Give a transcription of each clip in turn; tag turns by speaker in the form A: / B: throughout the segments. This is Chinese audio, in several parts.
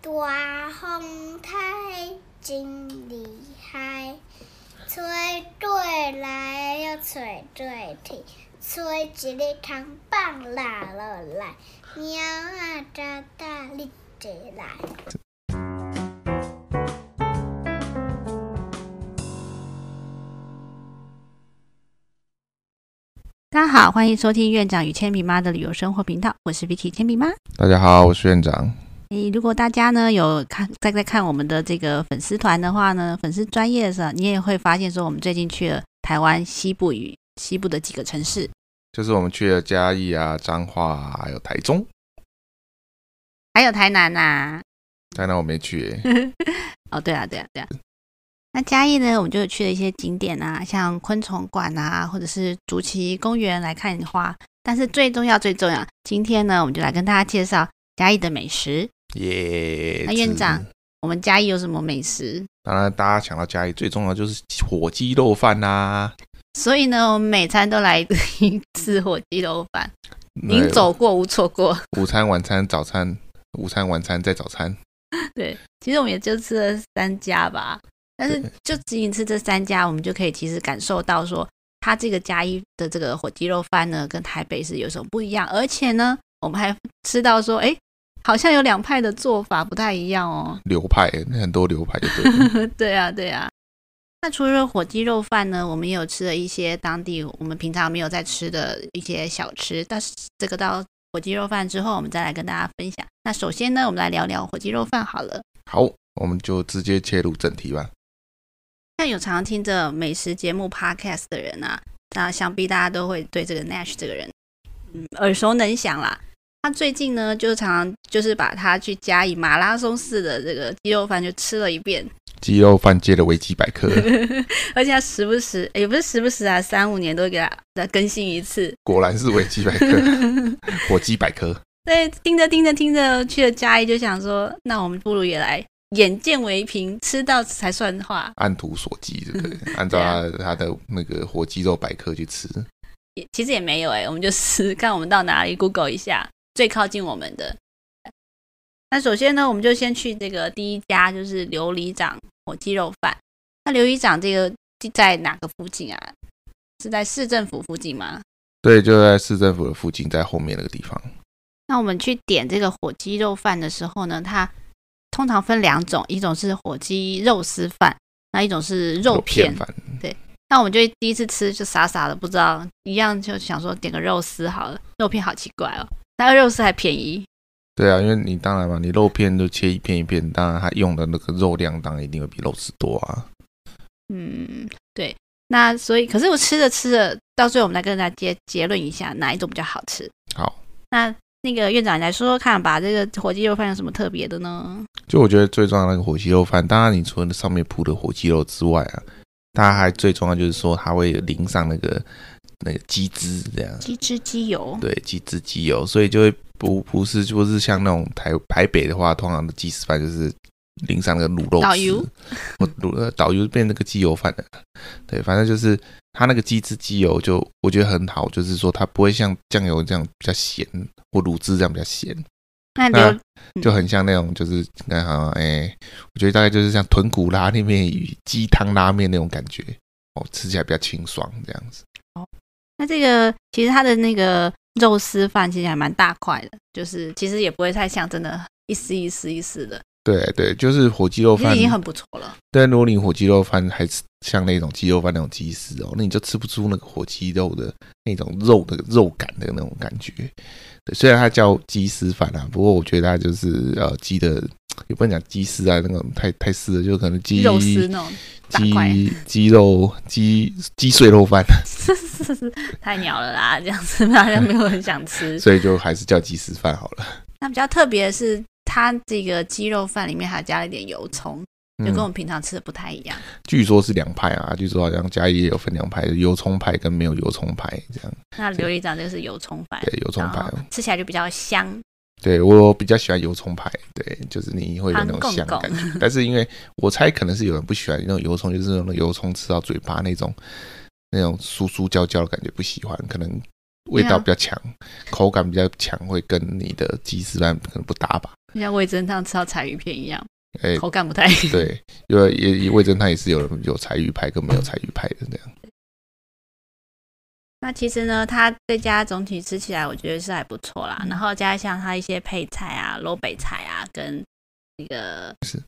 A: 大风太真厉害，吹对来又吹对去，吹一日通放拉落来，鸟啊喳喳立起来。
B: 大家好，欢迎收听院长与铅笔妈的旅游生活频道，我是 Vicky 铅笔妈。
C: 大家好，我是院长。
B: 诶，如果大家呢有看在在看我们的这个粉丝团的话呢，粉丝专业的时候，你也会发现说，我们最近去了台湾西部与西部的几个城市，
C: 就是我们去了嘉义啊、彰化、啊，还有台中。
B: 还有台南呐、
C: 台南我没去、耶
B: 哦，对啊，对啊，对啊。那嘉义呢，我们就去了一些景点啊，像昆虫馆啊，或者是竹崎公园来看花。但是最重要、最重要，今天呢，我们就来跟大家介绍嘉义的美食。
C: 耶、
B: 那啊院长，我们嘉义有什么美食？
C: 当然大家想到嘉义，最重要就是火鸡肉饭啊啦、
B: 所以呢，我们每餐都来一次火鸡肉饭，
C: 对
B: 您走过无错过。
C: 午餐、晚餐、早餐，午餐、晚餐再早餐。
B: 对，其实我们也就吃了三家吧，但是
C: 对
B: 就仅仅吃这三家，我们就可以其实感受到说，它这个嘉义的这个火鸡肉饭呢，跟台北是有什么不一样，而且呢，我们还吃到说，哎，好像有两派的做法不太一样哦。
C: 流派很多流派就对 了
B: 对啊，对啊。那除了火鸡肉饭呢，我们也有吃了一些当地我们平常没有在吃的一些小吃。但是这个到火鸡肉饭之后，我们再来跟大家分享。那首先呢，我们来聊聊火鸡肉饭好了。
C: 好，我们就直接切入正题吧。
B: 像有常听着美食节目 podcast 的人啊，那想必大家都会对这个 Nash 这个人，嗯，耳熟能详啦。他最近呢，就常常就是把他去嘉义马拉松式的这个鸡肉饭就吃了一遍，
C: 鸡肉饭界的维基百 科，
B: 而且他时不时也不是时不时啊，三五年都会给他再更新一次。
C: 果然是维基 百科，火鸡百科。
B: 对，听着听着听着去了嘉义，就想说，那我们不如也来眼见为凭，吃到才算话。
C: 按图索骥，对不对？按照他他的那个火鸡肉百科去吃，
B: 也其实也没有哎、我们就试试看我们到哪里 Google 一下最靠近我们的。那首先呢，我们就先去这个第一家，就是琉璃掌火鸡肉饭。那琉璃掌这个地在哪个附近啊？是在市政府附近吗？
C: 对，就在市政府的附近，在后面那个地方。
B: 那我们去点这个火鸡肉饭的时候呢，它通常分两种，一种是火鸡肉丝饭，那一种是肉片。
C: 饭，
B: 那我们就第一次吃就傻傻的不知道，一样就想说点个肉丝好了，肉片好奇怪哦，那个肉丝还便宜。
C: 对啊，因为你当然嘛，你肉片都切一片一片，当然它用的那个肉量当然一定会比肉丝多啊。
B: 嗯，对。那所以，可是我吃着吃着，到最后我们来跟大家结结论一下，哪一种比较好吃？
C: 好，
B: 那那个院长，你来说说看吧，这个火鸡肉饭有什么特别的呢？
C: 就我觉得最重要的那个火鸡肉饭，当然你除了上面铺的火鸡肉之外啊，它还最重要就是说它会淋上那个那个鸡汁这样，
B: 鸡汁鸡油，
C: 对，鸡汁鸡油，所以就会不不是就不是像那种台台北的话，通常的鸡丝饭就是淋上那个卤肉
B: 导
C: 丝
B: 游
C: 我卤呃导游变那个鸡油饭了，对，反正就是它那个鸡汁鸡油就我觉得很好，就是说它不会像酱油这样比较咸，或卤汁这样比较咸，
B: 那
C: 那
B: 留
C: 就很像那种就是那好像哎、我觉得大概就是像豚骨拉面与鸡汤拉面那种感觉，哦，吃起来比较清爽这样子。
B: 那这个其实它的那个肉丝饭其实还蛮大块的，就是其实也不会太像真的一丝一丝一丝的，
C: 对对，就是火鸡肉
B: 其实
C: 饭
B: 已，经很不错了。
C: 但啊如果你火鸡肉饭还是像那种鸡肉饭那种鸡丝哦，那你就吃不出那个火鸡肉的那种肉的肉感的那种感觉。对，虽然它叫鸡丝饭啊，不过我觉得它就是呃鸡的，也不能讲鸡丝啊，那种太太湿了，就可能鸡
B: 肉丝那种大块
C: 鸡鸡肉鸡鸡碎肉 饭，
B: 太鸟了啦，这样子大家没有很想吃。
C: 所以就还是叫鸡丝饭好了。
B: 那比较特别的是，它这个鸡肉饭里面还加了一点油葱，就跟我
C: 嗯，
B: 们平常吃的不太一样。
C: 据说是两派啊，据说好像嘉义也有分两派，油葱派跟没有油葱派这样。
B: 那琉璃掌就是油葱饭，
C: 对，油葱派
B: 然后吃起来就比较香。
C: 对我比较喜欢油葱派，对，就是你会有那种
B: 香
C: 香
B: 贡
C: 的感觉。 但是因为我猜可能是有人不喜欢那种油葱，就是那种油葱吃到嘴巴那种那种酥酥焦焦的感觉不喜欢，可能味
B: 对啊
C: 道比较 强，口感比较强，会跟你的鸡丝饭可能不搭 吧？
B: 就 像味噌汤吃到柴鱼片一样，
C: 哎、
B: 口感不太一样。
C: 对，因为也也味噌汤也是有人有柴鱼派跟没有柴鱼派的这样。
B: 那其实呢，它这家总体吃起来我觉得是还不错啦。然后加上它一些配菜啊、萝北菜啊，跟那个
C: 是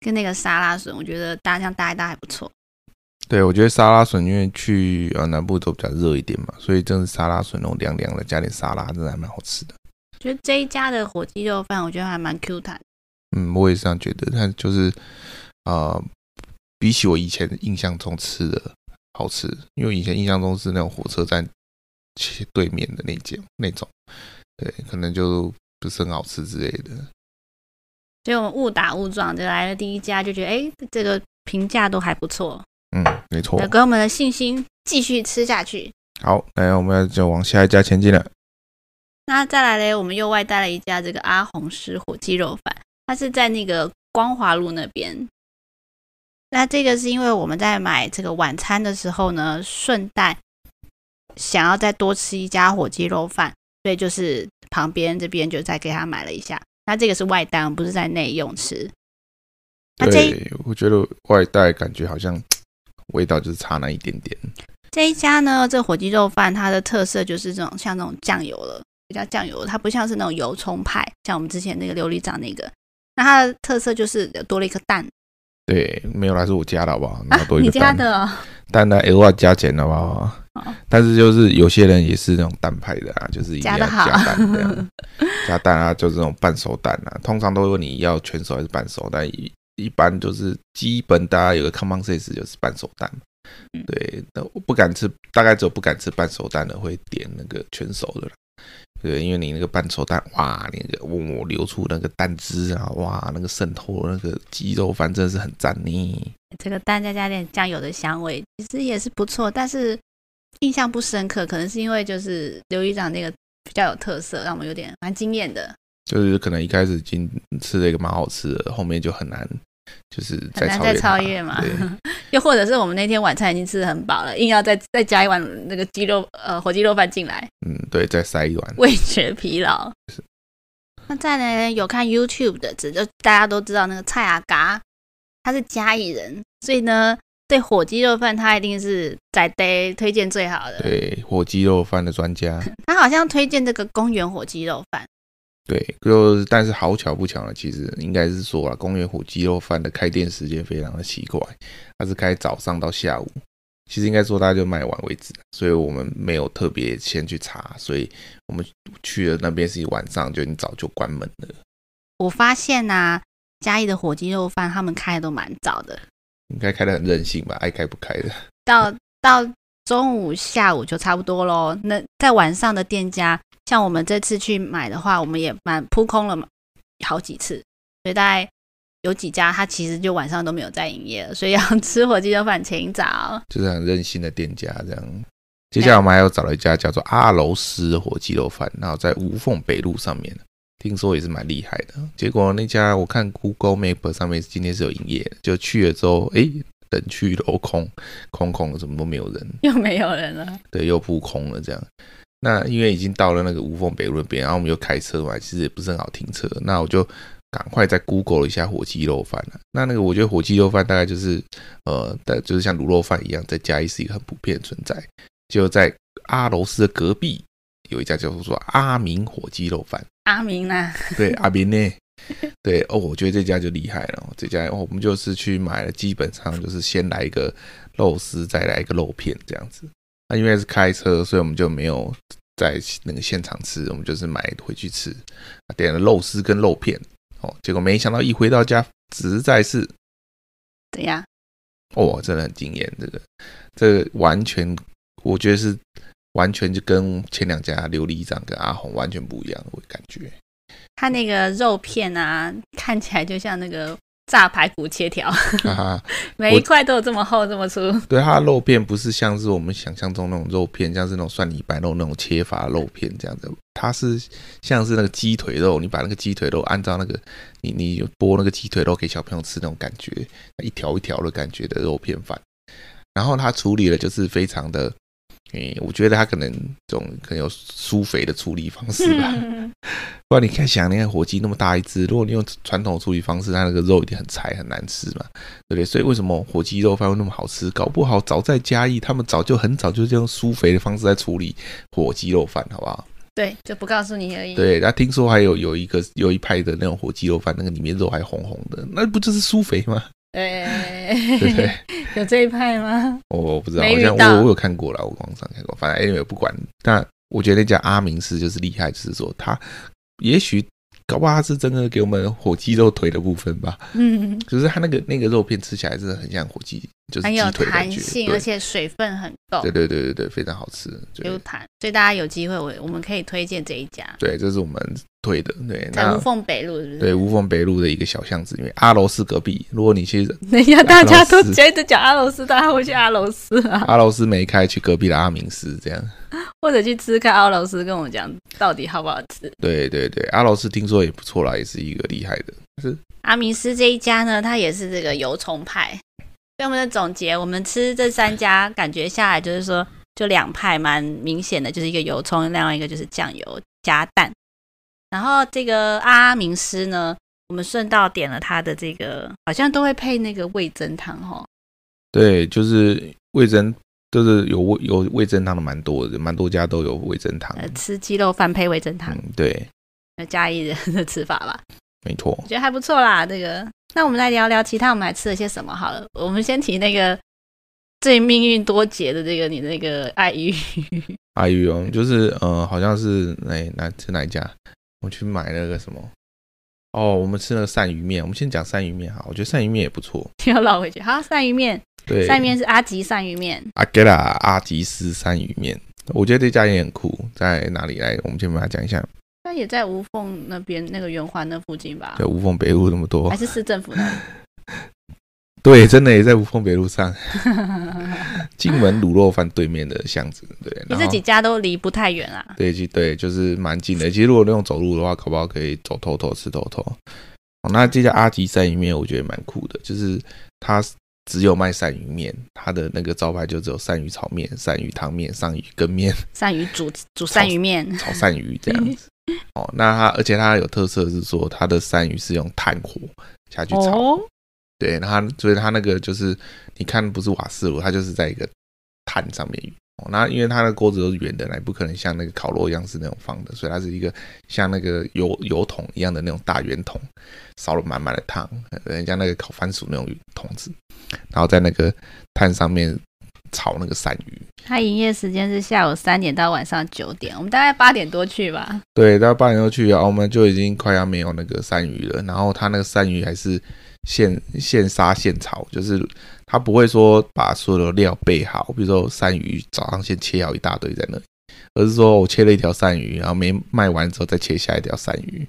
B: 跟那个沙拉笋，我觉得搭这样搭一搭还不错。
C: 对，我觉得沙拉笋因为去呃南部都比较热一点嘛，所以真的沙拉笋那种凉凉的，加点沙拉真的还蛮好吃的。
B: 觉得这一家的火鸡肉饭，我觉得还蛮 Q 弹的。
C: 嗯，我也是这样觉得。但就是啊、呃比起我以前印象中吃的好吃，因为以前印象中是那种火车站斜对面的那间那种，对，可能就不是很好吃之类的。
B: 所以我们误打误撞就来了第一家，就觉得哎、诶这个评价都还不错，
C: 嗯，没错
B: 那。给我们的信心继续吃下去。
C: 好，那我们要就往下一家前进了。
B: 那再来嘞，我们又外带了一家这个阿红师火鸡肉饭，它是在那个光华路那边。那这个是因为我们在买这个晚餐的时候呢，顺带想要再多吃一家火鸡肉饭，所以就是旁边这边就再给他买了一下。那这个是外单，不是在内用吃。那这一
C: 对，我觉得外带感觉好像味道就是差那一点点。
B: 这一家呢，这火鸡肉饭它的特色就是这种像那种酱油了，比较酱油，它不像是那种油葱派，像我们之前那个琉璃掌那个。那它的特色就是有多了一颗蛋
C: 对，没有啦，是我加的好不好？然后 嗯多一
B: 啊你
C: 个
B: 家
C: 蛋，
B: 的哦、
C: 蛋呢额外啊加钱好不好？
B: 好
C: 哦但是就是有些人也是那种蛋派的啊，就是一定要
B: 加得好
C: 加蛋这样，加蛋啊，就是那种半熟蛋啊。通常都会问你要全熟还是半熟，但一一般就是基本大家有个 common sense 就是半熟蛋。
B: 嗯
C: 对，那我不敢吃，大概只有不敢吃半熟蛋的会点那个全熟的啦。对，因为你那个半熟蛋，哇，你那个我、流出那个蛋汁啊，哇，那个渗透那个鸡肉，反正是很赞呢。
B: 这个蛋再加点酱油的香味，其实也是不错，但是印象不深刻，可能是因为就是琉璃掌那个比较有特色，让我们有点蛮惊艳的，
C: 就是可能一开始已经吃了一个蛮好吃的，后面就很难，就是
B: 很
C: 再
B: 难
C: 超
B: 再
C: 越它
B: 超越嘛
C: 对，。
B: 又或者是我们那天晚餐已经吃的很饱了，硬要再再加一碗那个鸡肉呃火鸡肉饭进来。
C: 嗯，对，再塞一碗。
B: 味觉疲劳。 那再来呢，有看 YouTube 的，只就大家都知道那个蔡阿嘎，他是嘉义人，所以呢，对火鸡肉饭他一定是在得推荐最好的。
C: 对，火鸡肉饭的专 家，
B: 他好像推荐这个公园火鸡肉饭，
C: 对，就是但是好巧不巧呢，其实应该是说啊，公园火鸡肉饭的开店时间非常的奇怪，它是开早上到下午，其实应该说大家就卖完为止，所以我们没有特别先去查，所以我们去了那边是晚上就已经早就关门了。
B: 我发现呐、嘉义的火鸡肉饭他们开的都蛮早的，
C: 应该开的很任性吧，爱开不开的。
B: 到到中午下午就差不多喽。那在晚上的店家，像我们这次去买的话，我们也蛮扑空了嘛好几次，所以大概有几家它其实就晚上都没有在营业了，所以要 吃火鸡肉饭请早。
C: 就是很任性的店家这样。接下来我们还有找了一家叫做阿楼斯的火鸡肉饭，然后在无缝北路上面，听说也是蛮厉害的。结果那家我看 Google Map 上面今天是有营业的，就去了之后，诶，人去楼空，空空的，什么都没有人，
B: 又没有人了，
C: 对，又扑空了这样。那因为已经到了那个无缝北路那边，然后我们又开车嘛，其实也不是很好停车，那我就赶快再 Google 了一下火鸡肉饭啊。那那个我觉得火鸡肉饭大概就是呃，但就是像卤肉饭一样，在嘉义是一个很普遍的存在。就在阿楼斯的隔壁有一家叫做阿明火鸡肉饭，
B: 阿明啊，
C: 对，阿明呢？对哦，我觉得这家就厉害了哦。这家哦，我们就是去买了，基本上就是先来一个肉丝，再来一个肉片这样子。那、因为是开车，所以我们就没有在那个现场吃，我们就是买回去吃，啊点了肉丝跟肉片哦。结果没想到一回到家，实在是
B: 怎样？
C: 哦，真的很惊艳，这个这个完全，我觉得是完全就跟前两家琉璃掌跟阿红完全不一样，我感觉。
B: 它那个肉片啊，看起来就像那个炸排骨切条，
C: 哈哈，
B: 每一块都有这么厚这么粗。
C: 对，它的肉片不是像是我们想象中那种肉片，像是那种蒜泥白肉那种切法的肉片这样子，它是像是那个鸡腿肉，你把那个鸡腿肉按照那个你你剥那个鸡腿肉给小朋友吃那种感觉，一条一条的感觉的肉片饭。然后它处理的就是非常的诶、我觉得他可能这种可能有疏肥的处理方式吧。不然你看想，你看火鸡那么大一只，如果你用传统处理方式，它那个肉一定很柴很难吃嘛，对不对？所以为什么火鸡肉饭会那么好吃？搞不好早在嘉义，他们早就很早就是用疏肥的方式在处理火鸡肉饭，好不好？
B: 对，就不告诉你而已。
C: 对，那听说还有有一个有一派的那种火鸡肉饭，那个里面肉还红红的，那不就是疏肥吗？
B: 哎，
C: 对 不对？
B: 有这一派吗？
C: 我我不知道，
B: 没
C: 好
B: 遇
C: 像
B: 到
C: 我我有看过啦，我网上看过，反正 anyway 不管。那我觉得那家阿明斯就是厉害，就是说他也许搞不好他是真的给我们火鸡肉腿的部分吧，
B: 嗯，
C: 就是他那个那个肉片吃起来真的很像火鸡，就是
B: 很有
C: 鸡腿的
B: 弹
C: 感觉，
B: 性，
C: 对
B: 而且水分很够
C: 对，对对对对，非常好吃。对
B: Q 弹，所以大家有机会，我我们可以推荐这一家，
C: 对，这是我们推的，对，
B: 在
C: 那
B: 无。缝北路，是不是？
C: 对，无缝北路的一个小巷子里面，阿楼斯隔壁。如果你去
B: 等一下，大家都
C: 阿罗斯
B: 接着讲阿罗斯，大家会去阿罗斯啊，
C: 阿楼斯没开，去隔壁的阿明斯这样。
B: 或者去吃看阿罗斯，跟我讲到底好不好吃。
C: 对对对，阿楼斯听说也不错啦，也是一个厉害的。
B: 阿明斯这一家呢，它也是这个油葱派。所以我们的总结，我们吃这三家感觉下来，就是说，就两派蛮明显的，就是一个油葱，另外一个就是酱油加蛋。然后这个阿明斯呢，我们顺道点了它的这个，好像都会配那个味增汤哦。
C: 对，就是味增，就是有味有味增汤的蛮多的，蛮多家都有味增汤。
B: 呃，吃鸡肉饭配味增汤，
C: 嗯，对，
B: 呃嘉义人的 吃法吧，
C: 没错
B: 我。觉得还不错啦。这个，那我们来聊聊其他我们还吃了些什么好了。我们先提那个最命运多劫的这个你的那个爱鱼。
C: 阿鱼哦，就是呃，好像是哪哪是哪一家？我去买那个什么？哦，我们吃那个鳝鱼面。我们先讲鳝鱼面哈，我觉得鳝鱼面也不错。
B: 要绕回去。好，鳝鱼面，
C: 对，
B: 鳝鱼面是阿吉鳝鱼面，
C: 阿给啦阿吉斯鳝鱼面，我觉得这家也很酷，在哪里来？我们先把它讲一下。
B: 那也在无缝那边那个圆环那附近吧
C: 对，？无缝北路那么多
B: 还，是市政府那
C: 对，真的也在无缝北路上，
B: 里？
C: 金门卤肉饭对面的巷子。对，
B: 你
C: 然
B: 这
C: 后
B: 几家都离不太远啊。
C: 对，其对，就是蛮近的。其实如果那种走路的话，搞不好可以走透透吃透透。哦那这家阿吉鳝鱼面我觉得蛮酷的，就是它只有卖鳝鱼面，它的那个招牌就只有鳝鱼炒面、鳝鱼汤面、鳝鱼羹面、
B: 鳝鱼煮煮鳝鱼面，
C: 炒鳝鱼这样子。哦，那它而且它有特色是说，它的鳝鱼是用炭火下去炒，
B: 哦，
C: 对，那它所以它那个就是你看不是瓦斯炉，它就是在一个炭上面。哦，那因为它的锅子都是圆的，来不可能像那个烤肉一样是那种方的，所以它是一个像那个油油桶一样的那种大圆桶，烧了满满的汤，人家那个烤番薯那种桶子，然后在那个炭上面炒那个鳝鱼。
B: 它营业时间是下午三点到晚上九点，我们大概八点多去吧。
C: 对，到八点多去，然后我们就已经快要没有那个鳝鱼了。然后它那个鳝鱼还是现现杀现炒，就是它不会说把所有的料备好，比如说鳝鱼早上先切好一大堆在那里，而是说我切了一条鳝鱼，然后没卖完之后再切下一条鳝鱼。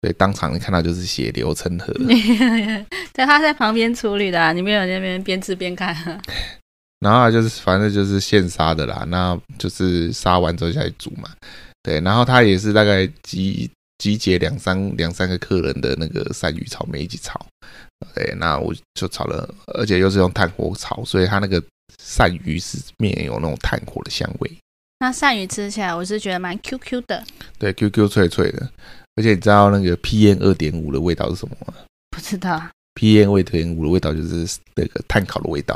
C: 对，当场你看到就是血流成河。
B: 对，他在旁边处理的、啊，你们有在那边边吃边看、啊。
C: 然后就是反正就是现杀的啦，那就是杀完之后下去煮嘛。对，然后他也是大概集集结两三两三个客人的那个鳝鱼炒面一起炒。对，那我就炒了，而且又是用炭火炒，所以它那个鳝鱼是面有那种炭火的香味，
B: 那鳝鱼吃起来，我是觉得蛮 Q Q 的，
C: 对，Q Q 脆脆的。而且你知道那个 PM 二点五的味道是什么吗
B: 不知道
C: ？PM 二点五的味道就是那个炭烤的味道。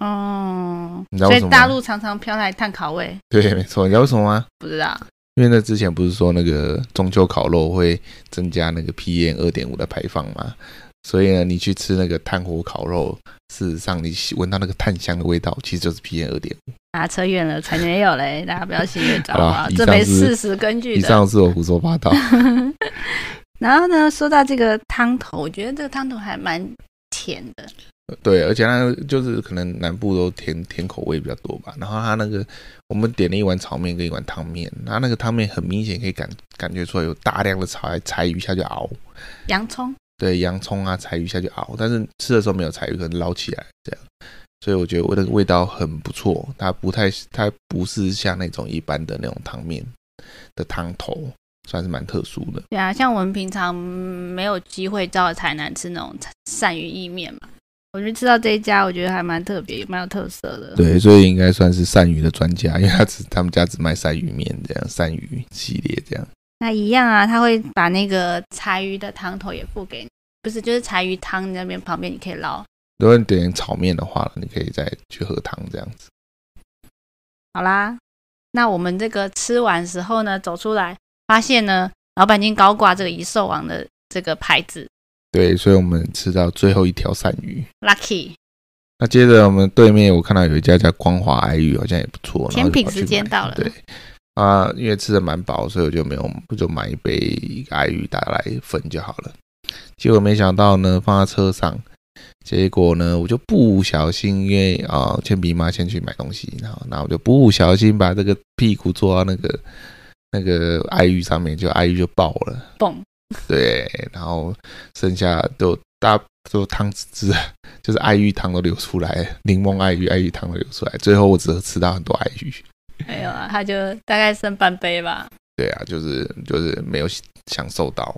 B: 哦。
C: 你知道
B: 所
C: 为
B: 以
C: 什么吗
B: 大陆常常飘来炭烤味，
C: 对，没错，你知道为什么吗？
B: 不知道。
C: 因为那之前不是说那个中秋烤肉会增加那个 PM 二点五的排放嘛，所以呢，你去吃那个炭火烤肉，事实上你闻到那个炭香的味道，其实就是 PM 二点五。
B: 啊，扯远了，才没有嘞，大家不要信越早
C: 好啦
B: 啊，
C: 以
B: 这
C: 上
B: 没
C: 是
B: 事实根据
C: 以
B: 的。
C: 上是我胡说八 道，
B: 然后呢，说到这个汤头，我觉得这个汤头还蛮甜的，
C: 对，而且它就是可能南部都甜甜口味比较多吧，然后它那个我们点了一碗炒面跟一碗汤面，它那个汤面很明显可以感感觉出来有大量的柴柴鱼下去熬，
B: 洋葱
C: 对洋葱啊、柴鱼下去熬，但是吃的时候没有柴鱼，可能捞起来这样。所以我觉得我那个味道很不错，它不太它不是像那种一般的那种汤面的汤头，算是蛮特殊的。
B: 对啊，像我们平常嗯没有机会到台南吃那种鳝鱼意面嘛，我就吃到这一家，我觉得还蛮特别，也蛮有特色的。
C: 对，所以应该算是鳝鱼的专家，因为他只他们家只卖鳝鱼面这样，鳝鱼系列这样。
B: 那一样啊，他会把那个柴鱼的汤头也付给你，不是就是柴鱼汤你那边旁边你可以捞。
C: 如果你点炒面的话，你可以再去喝汤这样子。
B: 好啦，那我们这个吃完时候呢，走出来发现呢，老板已经高挂这个一兽王的这个牌子
C: 对，所以我们吃到最后一条鳝鱼。
B: ，Lucky
C: 那接着我们对面，我看到有一家叫光华爱玉，好像也不错。然后就
B: 甜品
C: 跑去
B: 时间
C: 买
B: 到了
C: 对啊，因为吃的蛮饱，所以我就没有，我就买一杯一个爱玉打来分就好了。结果没想到呢，放在车上，结果呢，我就不小心，因为啊，铅笔妈先去买东西，然后那我就不小心把这个屁股坐到那个那个爱玉上面，就爱玉就爆了。
B: 蹦，
C: 对，然后剩下都大都汤汁汁，就是爱玉汤都流出来了，柠檬爱玉爱玉汤都流出来，最后我只吃到很多爱玉。
B: 没有啊，他就大概剩半杯吧，
C: 对啊，就是就是没有享受到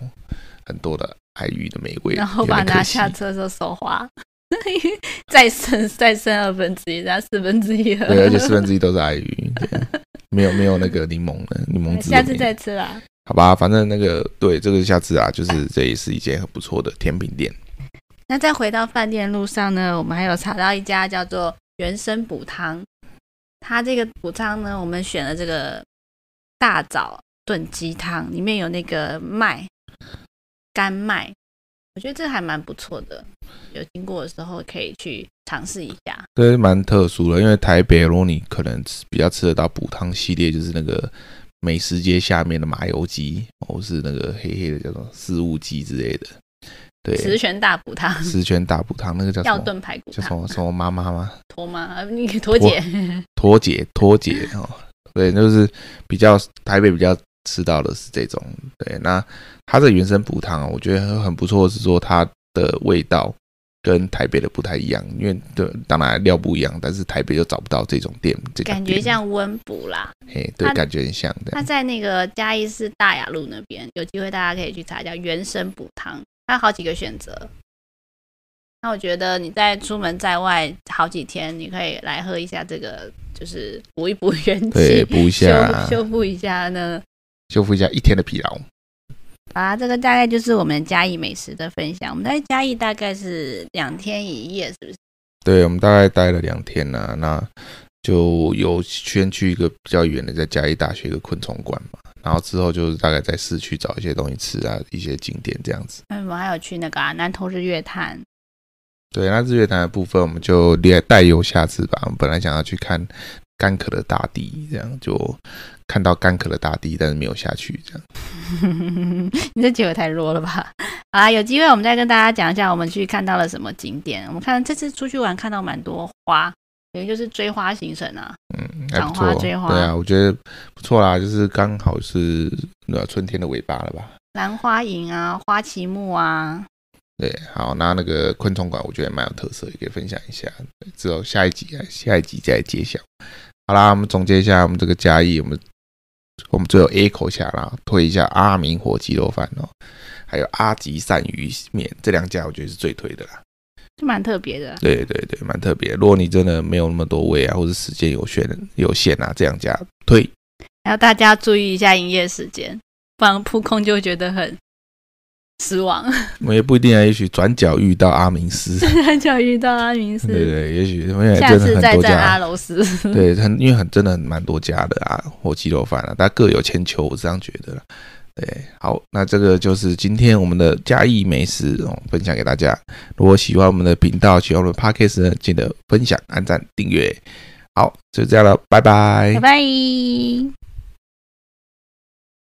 C: 很多的爱玉的美味，
B: 然后
C: 有
B: 把
C: 点可
B: 拿
C: 惜
B: 下车的时候手滑， 再剩再剩二分之一，然后四分之一了。
C: 对，而且四分之一都是爱玉，对没有没有那个柠檬的柠檬汁都没
B: 下
C: 有。
B: 次再吃啦。
C: 好吧，反正那个对这个下次啊，就是这也是一间很不错的甜品店。
B: 那再回到饭店路上呢，我们还有查到一家叫做原生补汤，它这个补汤呢，我们选了这个大枣炖鸡汤，里面有那个麦干麦，我觉得这还蛮不错的，有经过的时候可以去尝试一下。
C: 这蛮特殊的，因为台北如果你可能吃比较吃得到补汤系列，就是那个美食街下面的麻油鸡，或是那个黑黑的叫做四物鸡之类的。
B: 十
C: 对，
B: 全大补汤，
C: 十全大补汤那个叫什
B: 药
C: 么？
B: 炖排骨
C: 叫什
B: 汤，
C: 么什么妈妈吗？
B: 脱吗？啊那个脱姐，
C: 脱节脱节
B: 嗯
C: 哦，对，就是比较台北比较吃到的是这种。对，那它的原生补汤啊，我觉得很不错，是说它的味道跟台北的不太一样，因为对，当然料不一样，但是台北就找不到这种店，这家
B: 感 觉
C: 店
B: 像温补啦。
C: 嘿，对
B: 它，
C: 感觉很像的
B: 它。在那个嘉义市大雅路那边，有机会大家可以去查一下原生补汤，它有好几个选择。那我觉得你在出门在外好几天，你可以来喝一下这个，就是补一补元
C: 对，
B: 气，
C: 补一下
B: 修，修复一下呢。
C: 修复一下一天的疲劳。
B: 好啦，这个大概就是我们嘉义美食的分享。我们在嘉义大概是两天一夜，是不是？
C: 对，我们大概待了两天啦、那就有先去一个比较远的，在嘉义大学一个昆虫馆嘛，然后之后就是大概在市区找一些东西吃啊，一些景点这样子。
B: 嗯，我还有去那个、啊、南投日月潭，
C: 对，那日月潭的部分我们就略带游下次吧。我们本来想要去看干渴的大地，这样就看到干渴的大地，但是没有下去这样。
B: 你这结尾太弱了吧？好啦，有机会我们再跟大家讲一下我们去看到了什么景点。我们看这次出去玩看到蛮多花，等于就是追花行程啊。
C: 嗯，还不
B: 赏花
C: 错，
B: 追花
C: 对啊，我觉得不错啦，就是刚好是呃春天的尾巴了吧。
B: 兰花营啊，花旗木啊，
C: 对，好，那那个昆虫馆我觉得蛮有特色，也可以分享一下。对之后下一集啊，下一集再揭晓。好啦，我们总结一下我们这个嘉义，我们我们最后 A 口下啦，推一下阿明火鸡肉饭哦，还有阿吉鳝鱼面这两家，我觉得是最推的啦。
B: 就蛮特别的。
C: 对对对，蛮特别。如果你真的没有那么多位啊，或者时间有限有限啊，这两家推。
B: 然后大家注意一下营业时间，不然扑空就会觉得很失望。
C: 我们也不一定啊，也许转角遇到阿明斯，
B: 就遇到阿明
C: 对对
B: 斯，
C: 对，也许因为
B: 下
C: 真的
B: 次
C: 很
B: 再
C: 多
B: 战
C: 家
B: 阿。楼斯。
C: 对，很因为很真的很蛮多家的啊，火鸡肉饭啊，大家各有千秋，我是这样觉得啦。对，好，那这个就是今天我们的嘉义美食哦，分享给大家。如果喜欢我们的频道，喜欢我们的 podcast 呢，哎记得分享、按赞、订阅。好，就这样了，拜拜
B: 拜拜。